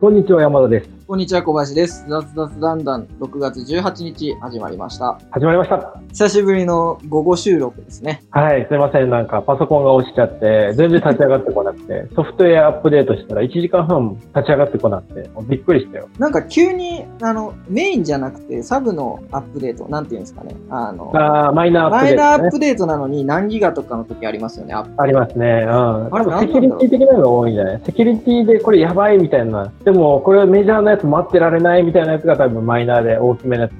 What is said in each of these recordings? こんにちは、山田です。こんにちは、小林です。雑雑だんだん6月18日始まりました。始まりました。久しぶりの午後収録ですね。はい、すいません。なんか、パソコンが落ちちゃって、全然立ち上がってこなくて、 ソフトウェアアップデートしたら1時間半立ち上がってこなくて、もうびっくりしたよ。なんか急に、あの、メインじゃなくてサブのアップデート、なんていうんですかね。あの、あーマイナーアップマデイート、ナーアねッ。プデートなのに何ギガとかの時ありますよね。アップありますね。うん。あ多れ分セキュリティ的なのが多いんじゃないセキュリティでこれやばいみたいな。でも、これメジャーなやつ待ってられないみたいなやつが多分マイナーで大きめのやつ。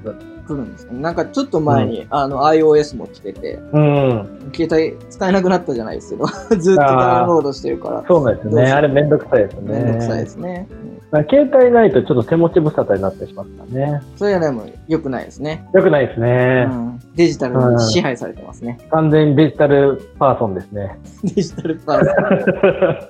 来るんですよね。なんかちょっと前に、あの、iOS も来てて、うん。携帯使えなくなったじゃないですけど、 ずっとダウンロードしてるから。そうなんですよどうね。しようあれめんどくさいですよね。めんどくさいですね。うんまあ携帯ないとちょっと手持ち無沙汰になってしまったね。それはでも良くないですね。よくないですうね。ん、デジタルに支配されてますね。完全にデジタルパーソンですね。デジタルパーソ ン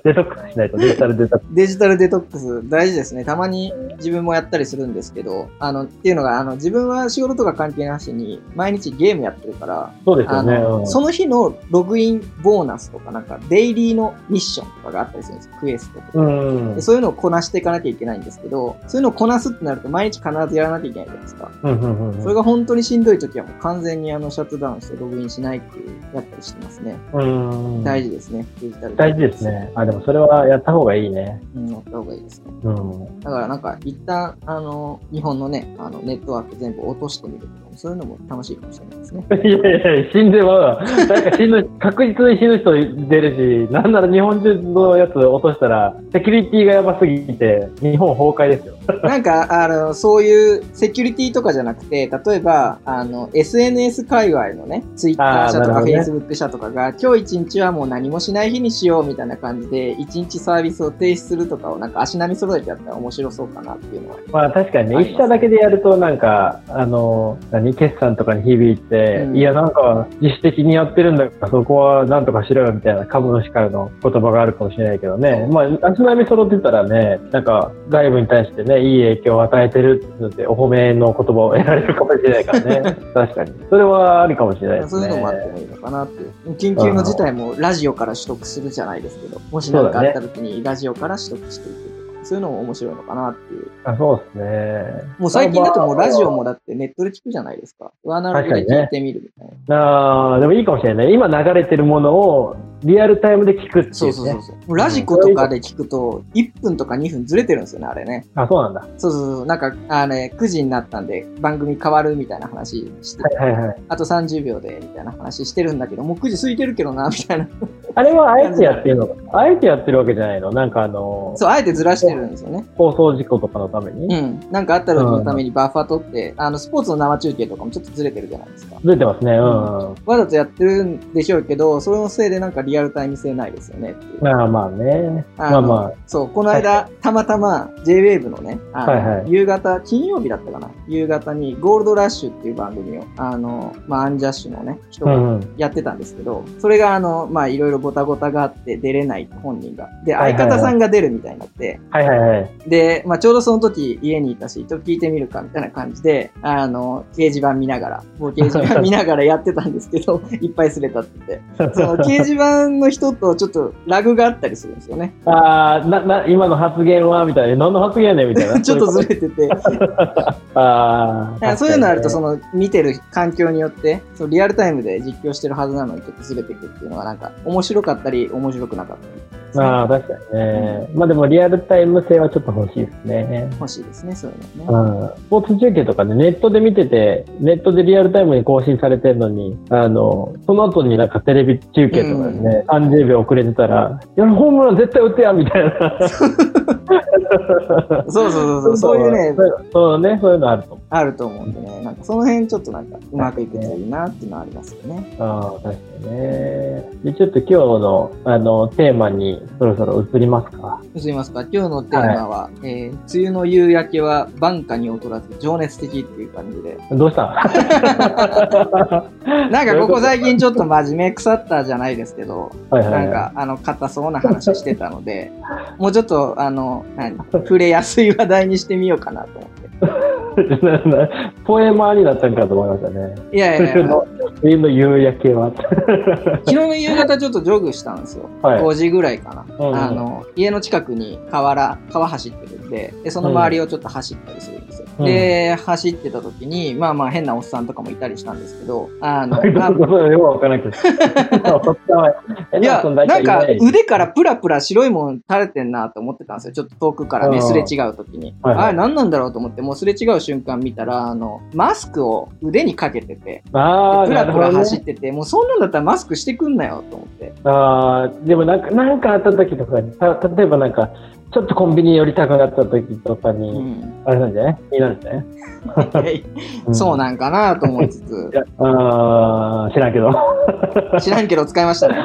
デトックスしないとデジタルデトックデジタルデトックス大事ですね。たまに自分もやったりするんですけど、あの、っていうのが、あの、自分は仕事とか関係なしに、毎日ゲームやってるから、ス。そうですよあね。の、うんその日のログインボーナスとか、なんか、デイリーのミッションとかがあったりするんですよ。クエストとか。うん。でそういうのをこなしていかなきゃいけないんですけど、そういうのをこなすってなると毎日必ずやらなきゃいけないじゃないですか。うんうんうんそれが本当にしんどい時はもう完全にあのシャットダウンしてログインしないっていう、やったりしてますね。うん。大事ですね。デジタル。大事です。ね。あ、でもそれはやった方がいいね。うん、やった方がいいですね。うん。 だからなんか、一旦、あの、日本のね、あの、ネットワーク全部落としてみるとか、そういうのも楽しいかもしれないですね。 いやいやいや、死んでは、なんか死ぬ、確実に死ぬ人出るし、なんなら日本中のやつ落としたら、セキュリティがやばすぎて、日本崩壊ですよ。なんか、あの、そういうセキュリティとかじゃなくて、例えば、あの、SNS 界隈のね、あ Twitter ー社となかるほどね Facebook 社とかが、今日一日はもう何もしない日にしようみたいな感じで、一日サービスを停止するとかを、なんか足並み揃えてやったら面白そうかなっていうのは。まあ確かにあね、ります一社だけでやるとなんか、あの、何、決算とかに響いて、うんいやなんか自主的にやってるんだからそこはなんとかしろよみたいな株主からの言葉があるかもしれないけどね。まあ足並み揃ってたらね、なんか外部に対してね、いい影響を与えてるってのでお褒めの言葉を得られるかもしれない からね。確かに。それはありかもしれないですそういね。うのもあってもいいのかなっていう。緊急の事態もラジオから取得するじゃないですけど、もし何かあった時にラジオから取得していくとか、そういうのも面白いのかなっていう。あそうですね。もう最近だともうラジオもだってネットで聞くじゃないですか。ワーナログで聞いてみるみたいな。あーでもいいかもしれない。今流れてるものをリアルタイムで聞くっていう、ね。そうそうそうそう。もうラジコとかで聞くと、1分とか2分ずれてるんですよね、あれね。あ、そうなんだ。そうそうそう。なんか、あのね、9時になったんで番組変わるみたいな話して、はいはいはい。あと30秒でみたいな話してるんだけど、もう9時過ぎてるけどな、みたいな。あれはあえてやってるのかあえてやってるわけじゃないのなんかあの、そう、あえてずらしてるんですよね。放送事故とかのために、うん。なんかあった時のためにバッファ取って、あの、スポーツの生中継とかもちょっとずれてるじゃないですか。出てますね。うん。わざとやってるんでしょうけど、それのせいでなんかリアルタイム性ないですよねっていう。まあまあね。あまのあまそう、この間、たまたま JWAVE のね、あのはいはい夕方、金曜日だったかな夕方にゴールドラッシュっていう番組を、あの、まあ、アンジャッシュのね、人あ。うがんうん。やってたんですけど、それがあの、まあ、いろいろごたごたがあって出れない本人が。で、はいはい相はい方さんが出るみたいになって、はいはいはい。で、まあ、ちょうどその時家にいたし、ちょっと聞いてみるかみたいな感じで、あの、掲示板見ながら、もう掲示板見ながらやってたんですけど、 いっぱいすれたって言って、 その掲示板の人とちょっとラグがあったりするんですよね。ああ、な、な、今の発言はみたいな。え何の発言やねんみたいな。 ちょっとずそういうれてて。だかことあらあ。そういうのあると、の。その、見てる環境によって、そのリアルタイムで実況してるはずなのに、ちょっとずれていくっていうのが、なんか、面白かったり、面白くなかったりですね、ああ、確かにね。まあでもリアルタイム性はちょっと欲しいですね。欲しいですね、そういううのね。ん、スポーツ中継とかね、ネットで見てて、ネットでリアルタイムに更新されてるのに、あの、その後になんかテレビ中継とかでね、30秒遅れてたら、いや、ホームラン絶対打てやみたいな。そうそうそう そう、そういうね、そうね、そういうのあると思う。あると思うんでね、なんかその辺ちょっとなんかうまくいけたらいいなっていうのはありますよね。ああ、確かにね。で、ちょっと今日の、あの、テーマにそろそろ移りますか。すみませんか、今日のテーマは、えー梅雨の夕焼けは晩夏に劣らず情熱的っていう感じで、どうした なんかここ最近ちょっと真面目腐ったじゃないですけど、はいはないんはかあの硬そうな話してたので、もうちょっとあの、何触れやすい話題にしてみようかなと思って。い。 ななポエマーになったんかと思いましたね。いやいやい冬や、の冬の夕焼けは。昨日の夕方ちょっとジョグしたんですよ。はい5時ぐらいかな。うんうんあの、家の近くに河原、川走ってるんで、で、その周りをちょっと走ったりするんですよ。うんで、走ってた時に、まあまあ変なおっさんとかもいたりしたんですけど、あの、まあそうよくわからんけど。いや、なんか腕腕からプラプラ白いもん垂れてんなと思ってたんですよ。ちょっと遠くからうね、んすれ違う時に。はいはいあれ何なんだろうと思って、もうすれ違う瞬間見たら、あの、マスクを腕にかけてて、ああ、でプなラるプほどラね、走ってて、もうそんなんだったらマスクしてくんなよと思って。ああ、でもなんか、なんかあった時とかに、た例えばなんか、ちょっとコンビニ寄りたくなった時とかに、うん。あれなんじゃないになるんじゃない、 んそうなんかなと思いつつい、やああ、知らんけど。 は知らんけど使いましたね。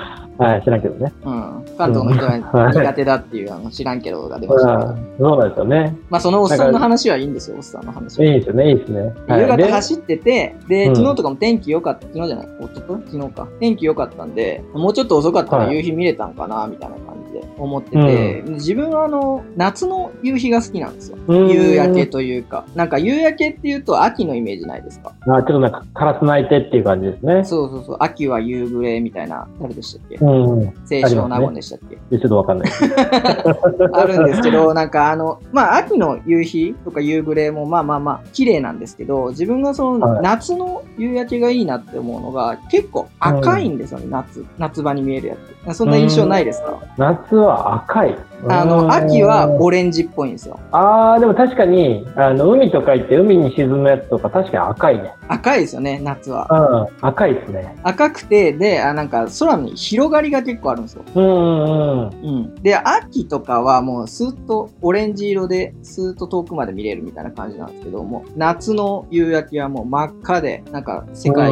い、知らんけどね。うん。関東の人は苦手だっていう、あの、知らんけどが出ましたけど。うんそうなんですよね。まあ、そのおっさんの話はいいんですよ、おっさんの話は。いいですよね、いいですね。はい夕で方走ってて、うで、ん昨日とかも天気良かった、昨日じゃない、おとと昨日か。天気良かったんで、もうちょっと遅かったはらい夕日見れたんかな、みたいな感じで思ってて、自分はあの、夏の夕日が好きなんですうよ。ん夕焼けというか、なんか夕焼けっていうと秋のイメージないですか。あーちょっとなんか、カラス鳴いてっていう感じですね。そうそうそう、秋は夕暮れみたいな、誰でしたっけうん。い清少納言でしたっけやちょっとわかんないです。 あるんです けど、なんかあの、まあ、秋の夕日とか夕暮れもまあまあまあ、綺麗なんですけど、自分がそはのい夏の夕焼けがいいなって思うのが、結構赤いんですよね、夏。夏場に見えるやつ。そんな印象ないですか夏は赤い。あうの、ん秋はオレンジっぽいんですよ。あー、でも確かに、あの、海とか行って海に沈むやつとか確かに赤いね。赤いですよね、夏は。うん、赤いですね。赤くて、で、あなんか空に広がりが結構あるんですよ。うん、うん。うん。で、秋とかはもうスーッとオレンジ色でスーッと遠くまで見れるみたいな感じなんですけども、夏の夕焼けはもう真っ赤で、なんか世界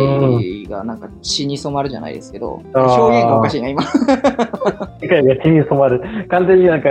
がなんか血に染まるじゃないですけど、あー表現がおかしいな、今。世界が血に染まる。完全になんか、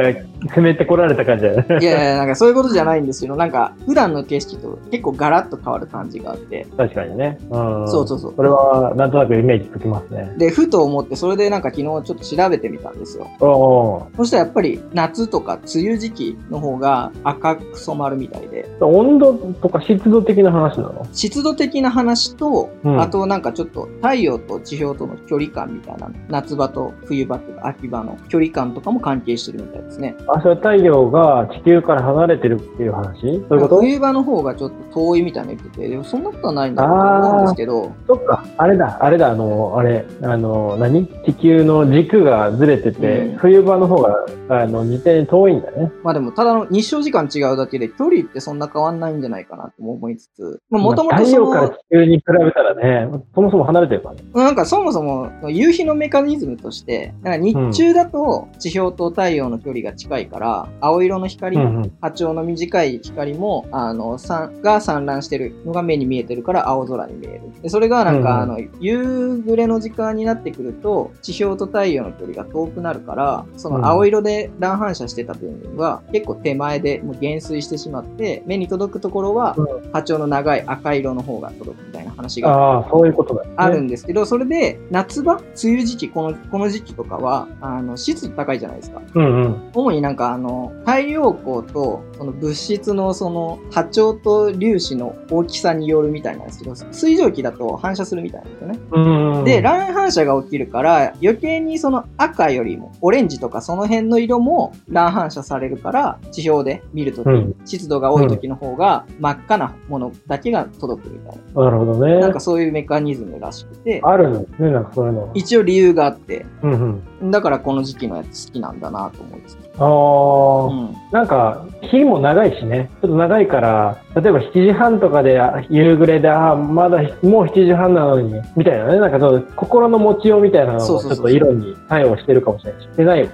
攻めてこられた感じだよね。いやいや、なんかそういうことじゃないんですけど、なんか普段の景色と結構ガラッと変わる感じがあって、 確かにね。うん。そうそうそうこれは、なんとなくイメージつきますね。で、ふと思って、それでなんか昨日ちょっと調べてみたんですよ。おーそしたらやっぱり夏とか梅雨時期の方が赤く染まるみたいで、温度とか湿度的な話なの湿度的な話と、うんあとなんかちょっと太陽と地表との距離感みたいな夏場と冬場とか秋場の距離感とかも関係してるみたいですねあ、それは太陽が地球から離れてるっていう話そういうこと冬場の方がちょっと遠いみたいな言っててでもそんなことはないんだろうと思うんですけどそっか、あれだ、あれだ、あの、あれ、あの、何地球の軸がずれてて、うん冬場の方が、あの、自転に遠いんだね。まあでもただの日照時間違うだけで距離ってそんな変わんないんじゃないかなとも思いつつもともまあと太そ陽からの地球に比べたらね、そもそも離れてるからね。なんかそもそも夕日のメカニズムとしてなんか日中だと地表と太陽の距離が近いから青色の光うんうん。波長の短い光も、あの、散が散乱してるのが目に見えてるから青空に見える。でそれがなんか、うんあの、夕暮れの時間になってくると、地表と太陽の距離が遠くなるから、その青色で乱反射してた部分が結構手前でもう減衰してしまって、目に届くところはう波長の長い赤色の方が届くみたいな話がああ、そういうことだ、ね。あるんですけど、それで夏場、梅雨時期、この、この時期とかは、あの、湿度高いじゃないですか。うんうん。主になんかあの太陽光とその物質のその波長と粒子の大きさによるみたいなんですけど水蒸気だと反射するみたいなんですよね。うんうん、で乱反射が起きるから余計にその赤よりもオレンジとかその辺の色も乱反射されるから地表で見るとき、うん湿度が多いときの方が真っ赤なものだけが届くみたいなるほどな、ね。なんかそういうメカニズムらしくてあるんですね、なんかそういうのは。一応理由があってうんうん。だからこの時期のやつ好きなんだなと思うんですけど。ああ、うんなんか、日も長いしね、ちょっと長いから、例えば7時半とかで、あ夕暮れで、ああ、まだもう7時半なのに、みたいなね、なんかそう、心の持ちようみたいなのそうをちそょうそっうと色に対応してるかもしれないし、して ないよ。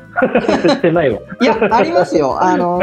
してないよ。いや、ありますよ。あの、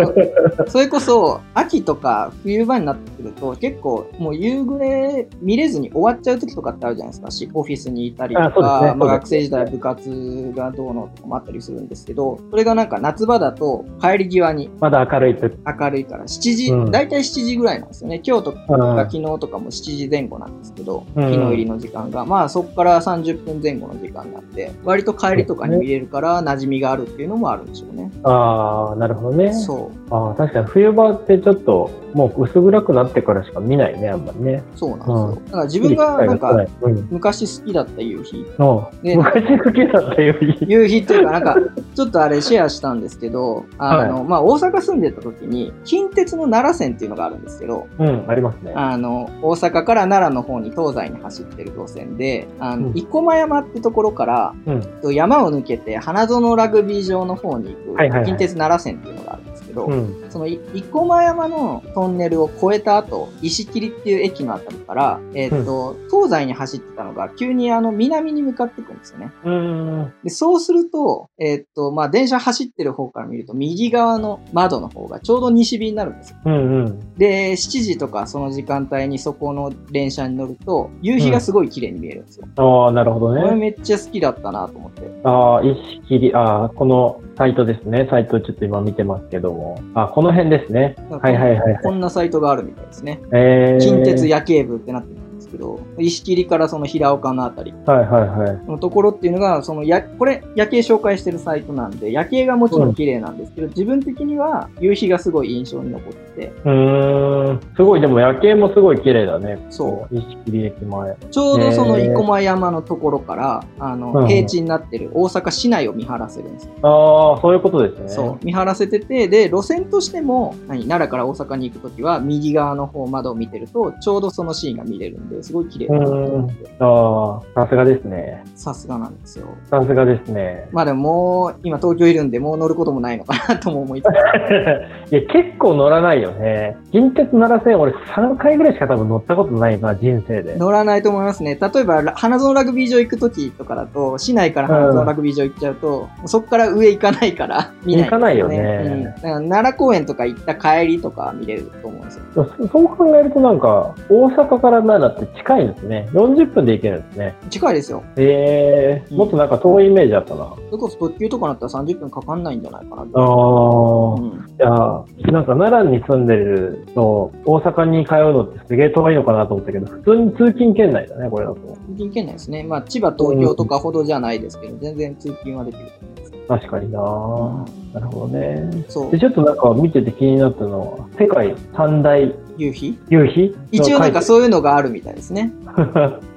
それこそ、秋とか冬場になってくると、結構、もう夕暮れ見れずに終わっちゃう時とかってあるじゃないですか。しオフィスにいたりとあそうですか、ねまあ、そう学です生時代部活がどうのとかもあったりするんですけど、それがなんか夏場だと帰り際にまだ明るいと。明るいから、7時、うん大体7時ぐらいなんですよね。今日とかうん昨日とかも7時前後なんですけど、うん日の入りの時間が、まあそこから30分前後の時間があって、割と帰りとかに見れるから馴染みがあるっていうのもあるんでしょうね。ああ、なるほどね。そう、ああ、確かに冬場ってちょっと、もう薄暗くなってからしか見ないね、あんまりね。そうなんですよ。だから自自分がなんか、うん。昔好きだった夕日、の、ね昔好きだったよ、夕日っていうか、なんか、 ちょっとあれシェアしたんですけど、あの、まあ、大阪住んでた時に、近鉄の奈良線っていうのがあるんですけど、うん、ありますね。あの、大阪から奈良の方に東西に走ってる路線で、あの、うん生駒山ってところから、うん。えっと山を抜けて花園ラグビー場の方に行くはいはいはい近鉄奈良線っていうのがあるんですけど、うん。そのい生駒山のトンネルを越えた後、石切っていう駅のあたりから、えっ、と、東西に走ってたのが急にあの南に向かっていくんですよね。うん。で、そうすると、えーっと、まあ、電車走ってる方から見ると、右側の窓の方がちょうど西日になるんですよ。うんうん。で、7時とかその時間帯にそこの電車に乗ると、夕日がすごい綺麗に見えるんですよ。ああ、なるほどこれね。めっちゃ好きだったなと思って。ああ、意識り、ああ、このサイトですね。サイトちょっと今見てますけども。あ、この辺ですね。はいはいはいはいこんなサイトがあるみたいですね。えー。近鉄夜景部ってなってるんですけど、石切からその平岡のあたりはいはいはい。のところっていうのが、そのや、これ夜景紹介してるサイトなんで、夜景がもちろん綺麗なんですけど、自分的には夕日がすごい印象に残ってて、うーん。すごい、でも夜景もすごい綺麗だね。。そう意識り駅前。ちょうどその生駒山のところから、あうんうの、ん平地になってる大阪市内を見晴らせるんですよ。ああ、そういうことですね。そう。。見晴らせてて、で、路線としても、何奈良から大阪に行くときは、右側の方窓を見てると、ちょうどそのシーンが見れるんで、すごい綺麗だなと思って、ああ、さすがですね。さすがなんですよ。さすがですね。 まあでももう、今東京いるんで、もう乗ることもないのかなとも思いつつ、いや、結構乗らないよね。近鉄奈良線、俺3回ぐらいしか多分乗ったことないな、人生で。乗らないと思いますね。例えば、ら花園ラグビー場行くときとかだと、市内から花園ラグビー場行っちゃうと、そこから上行かな いから、見ない、行かないよねうんだから奈良公園とか行った帰りとか見れると思うんですよ。そそう考えるとなんか、大阪から奈良って近いんですね。40分で行けるんですね。近いですよ。ええうー、んもっとなんか遠いイメージあったな。あそれこそ特急とかなったら30分かかんないんじゃないかなと。あ、うんいやー、なんか奈良に住んでると、大阪に通うのってすげえ遠いのかなと思ったけど、普通に通勤圏内だね、これだと。通勤圏内ですね。まあ、千葉、東京とかほどじゃないですけど、全然通勤はできると思います。確かになーなるほどね。そうで、、ちょっとなんか見てて気になったのは、世界三大夕日夕日一応なんか そそういうのがあるみたいですね。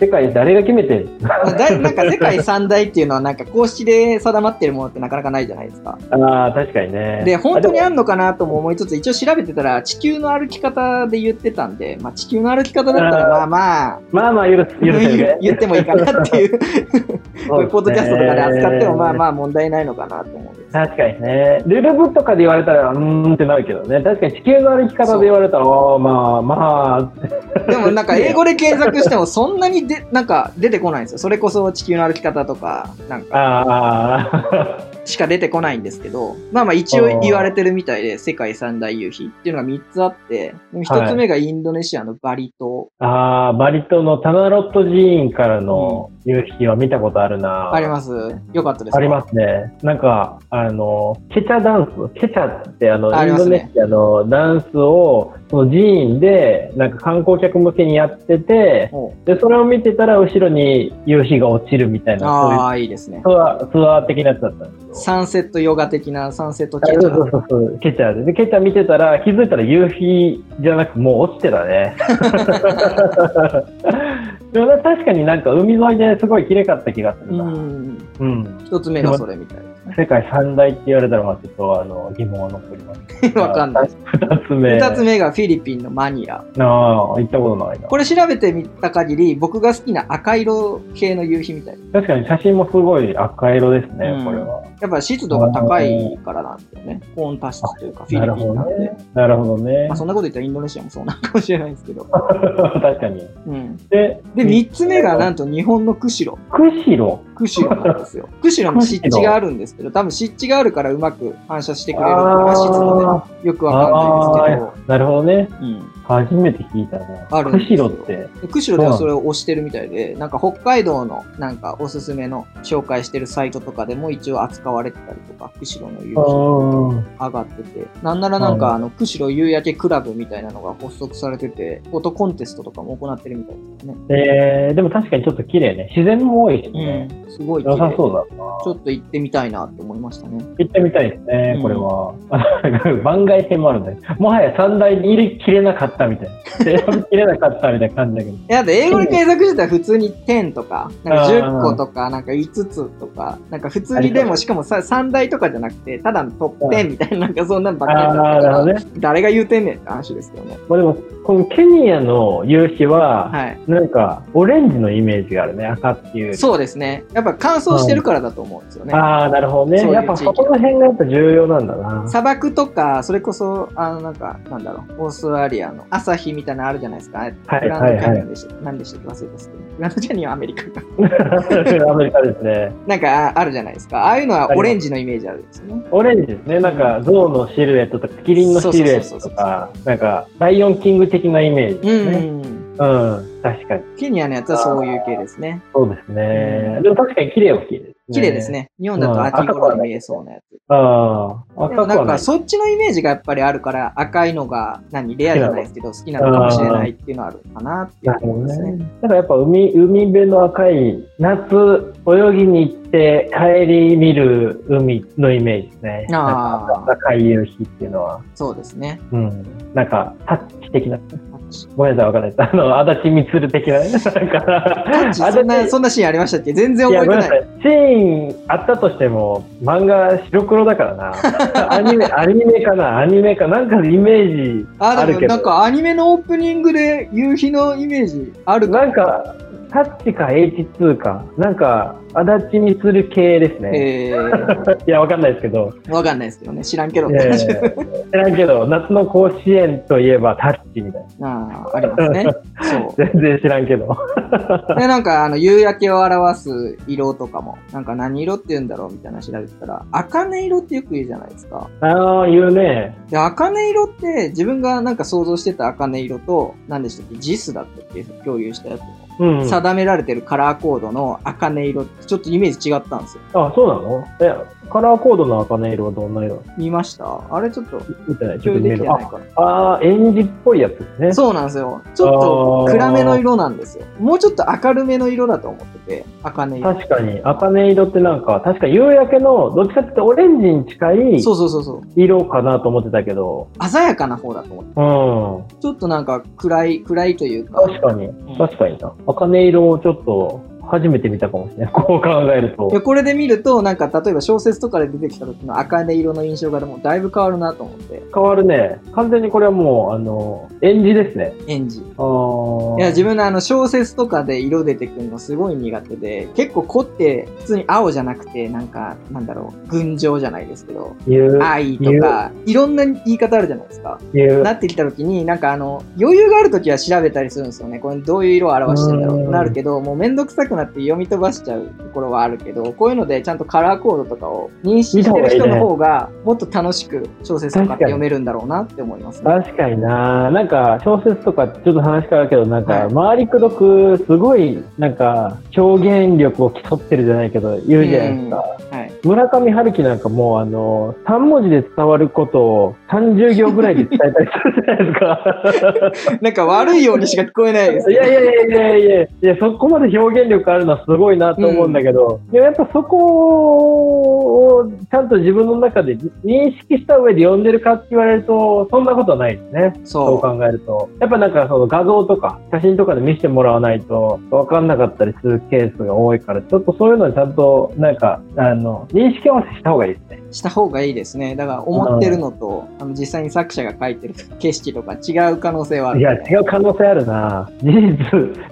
世界誰が決めてんのまあだいなんか世界三大っていうのはなんか公式で定まってるものってなかなかないじゃないですか。ああ、確かにね。で、本当にあんんのかなとも思いつつ、一応調べてたら地球の歩き方で言ってたんで、まあ地球の歩き方だったらまあまあ、まあまあ許す、許せ るね。言ってもいいかなって いう、こういうポッドキャストとかで扱ってもまあまあ。あ問題ないのかなと思うんです。確かにね。ルールブとかで言われたら、うーんってなるけどね。確かに地球の歩き方で言われたら、ああ、まあまあ、でもなんか英語で検索してもそんなにで なんか出てこないんですよ。それこそ地球の歩き方とかなんかああ、しか出てこないんですけど、まあまあ一応言われてるみたいで世界三大夕日っていうのが3つあって、1つ目がインドネシアのバリ島。ああ、バリ島のタナロット寺院からの夕日は見たことあるな。あります。よかったですか。ありますね。なんか、あの、ケチャダンス、ケチャってあの、ありインますドねネシアのダンスを、その寺院で、なんか観光客向けにやってて、おうで、それを見てたら後ろに夕日が落ちるみたいな、ああ、いいですね。そういうツアー、ツアー的なやつだったんですよ。サンセットヨガ的なサンセット系そうそうそうそう、ケチャで。で、ケチャ見てたら、気づいたら夕日じゃなく、もう落ちてたね。 でもな確かになんか海沿いですごい綺麗かった気がするうな。ん。うん一つ目がそれみたいですね。世界三大って言われたら、まあちょっとあの疑問を残ります。 わかんない。二つ目。二つ目がフィリピンのマニラ。ああ、行ったことないな。これ調べてみた限り、僕が好きな赤色系の夕日みたいです。確かに写真もすごい赤色ですね、うんこれは。やっぱ湿度が高いからなんですよね。高温多湿というか、フィなリるピンほなんどで。ね。なるほどねまあ、。そんなこと言ったらインドネシアもそうなのかもしれないです けど。確かに。うん。で、で、三つ目がなんと日本の釧路。釧路。釧路なんです よ。釧路も湿地があるんですけど、多分湿地があるからうまく反射してくれるらしいのあで、よくわかんないですーなるほどね。けど、うん。初めて聞いたね。あるんです釧よ路って。で釧路ではそれを推してるみたいで、なんか北海道のなんかおすすめの紹介してるサイトとかでも一応扱われてたりとか、釧路の夕あ日ー上がってて、なんならなんはかあの、釧路夕焼けクラブみたいなのが発足されてて、フォトコンテストとかも行ってるみたいですね。えー、でも確かにちょっと綺麗ね。自然も多いしね。うん、すごい綺良さ麗そうだな。ちょっと行ってみたいなって思いましたね。行ってみたいですねう、んこれは。 番外編もあるんだよ。もはや三大に入れきれなかったみたいな。選びきれなかったみたいな感じだ けど。いや、で英語で検索してたら普通に10とか、なんか10あ個ーとか、なんか5つとか、なんか普通にでも、しかもさ3大とかじゃなくて、ただのトップ10みたいな、なんかそんなんばっかりだああ、ったなかるらほどね。誰が言うてんねんって話ですけどね。まあでも、このケニアの夕日は、はい。なんか、オレンジのイメージがあるね、赤っていう。そうですね。やっぱ乾燥してるからだと思うんですよね。ああ、なるほどそういね。うやっぱそこの辺がやっぱ重要なんだな。砂漠とか、それこそ、あの、なんか、なんだろう、オーストラリアの朝日みたいなのあるじゃないですか。はグいランドキャはいニはオンでした。何でしたっけ忘れたんですけど。グランドキャニオンはアメリカ か。 アメリカですね。なんか、ああるじゃないですか。ああいうのはオレンジのイメージあるんですよね。オレンジですね。なんか、象のシルエットとか、キリンのシルエットとか、なんか、ライオンキング的なイメージうですね。ん。うん、確かに。ケニアのやつはそういう系ですね。そうですね。うんでも確かに綺麗は綺麗ですね。綺麗です。ね。日本だと秋頃に見えそうなやつ。ああ、赤でもくなはなんかい。そっちのイメージがやっぱりあるから赤いのが何レアじゃないですけど好きなのかもしれないっていうのはあるかなっていなうるとこほろどですね。ね。だからやっぱ海、海辺の赤い、夏、泳ぎに行って帰り見る海のイメージですね。あーなん か赤い夕日っていうのは。そうですね。うん。なんか、タッチ的な。ごめんなさい、わかんないです。あの、足立みつる的なね。なんか、そんな、そんなシーンありましたっけ全然い覚や、ごめえんてななさい。い。シーンあったとしても、漫画白黒だから な。アニメ、アニメかなアニメか。なんかイメージああ、でるもけなどん。かアニメのオープニングで夕日のイメージあるかなんか、タッチか H2 か。なんか、足立みつる系ですね。えー、いや、わかんないですけど。わかんないですけどね。知らんけどっいてやいや話。いや知らんけど、夏の甲子園といえばタッチみたいな。 あーありますね。そう。全然知らんけど。で、なんか、あの、夕焼けを表す色とかも、なんか何色って言うんだろうみたいなの調べてたら、茜色ってよく言うじゃないですか。ああ、言うね。で、茜色って、自分がなんか想像してた茜色と、何でしたっけ、ジスだったっけ共有したやつも。うん。あ、定められてるカラーコードの茜色って、ちょっとイメージ違ったんですよ。そうなのえ、カラーコードの茜色はどんな色なの見ましたあれちょっと、見てない。ちょっ共と見有えできてる。ないあから。あー、エンジっぽいやつですね。そうなんですよ。ちょっあとー暗めの色なんですよ。もうちょっと明るめの色だと思ってて、茜色。確かに、茜色ってなんか、確か夕焼けの、どっちかっていうとオレンジに近いそうそうそうそう。色かなと思ってたけど、鮮やかな方だと思って。うん。ちょっとなんか暗い、暗いというか、確かに、確かにな。茜色をちょっと初めて見たかもしれない。 こう考えるとい。やこれで見ると、なんか例えば小説とかで出てきた時の赤い色の印象がでもだいぶ変わるなと思って、変わるね。完全にこれはもう、あの、演じですね。演じ。あいあ。や、自分のあの小説とかで色出てくるのすごい苦手で、結構濃って普通に青じゃなくて、なんか、なんだろう、群青じゃないですけど、言う、愛とか、いろんな言い方あるじゃないですか。言う。なってきた時に、なんかあの、余裕がある時は調べたりするんですよね。これどういう色を表してんだろうってなるけど、もうめんどくさくなって読み飛ばしちゃうところはあるけど、こういうのでちゃんとカラーコードとかを認識してる人の方が、もっと楽しく小説とかって読めるんだろうなって思いますね。確かにななんか小説とかちょっと話変わるけどなんはいか周りくどくすごいなんか表現力を競ってるじゃないけど言うじゃないですか、はい。村上春樹なんかもうあの3文字で伝わることを30行ぐらいで伝えたりするじゃないです かなんか悪いようにしか聞こえないですい。やいやいやいやいやいや、そこまで表現力あるのはすごいなと思うんだけど、でもやっぱそこをちゃんと自分の中で認識した上で読んでるかって言われると、そんなことはないですね。そうそ考えると。やっぱなんかその画像とか写真とかで見せてもらわないと分かんなかったりするケースが多いから、ちょっとそういうのにちゃんとなんか、あの、認識合わせした方がいいですね。した方がいいですね。だから思ってるのと、あの実際に作者が書いてる景色とか違う可能性はある、いや、ね。違う可能性あるな。事実、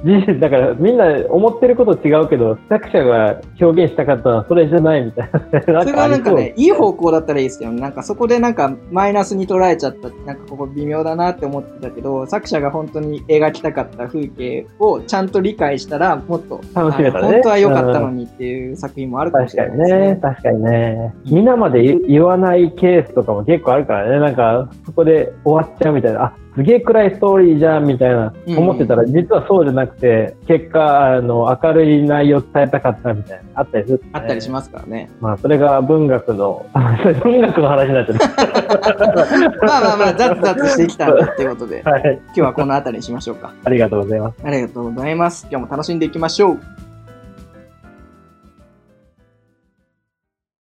事実、だからみんな思ってること違うけど、作者が表現したかったのはそれじゃないみたいな。なそれがありなそんうかね、いい方向だったらいいですけど、なんかそこでなんかマイナスに捉えちゃった、なんかここ微妙だなって思ってたけど、作者が本当に描きたかった風景をちゃんと理解したら、もっと、楽しめたねあの本当は良かったのにっていう作品もあるかも確しかれないにですねね、。確かにね。皆まで言言わないケースとかも結構あるからね、なんか、そこで終わっちゃうみたいな、あ、すげえ暗いストーリーじゃんみたいな、うん思ってたら、実はそうじゃなくて、結果、あの、明るい内容伝えたかったみたいな、あったりする、あったりしまますからね。す。まあ、それが文学の、 それ文学の話になっちゃった。まあまあまあ、雑々してきたんだってことで、はい。今日はこの辺りにしましょうか。ありがとうございます。ありがとうございます。今日も楽しんでいきましょう。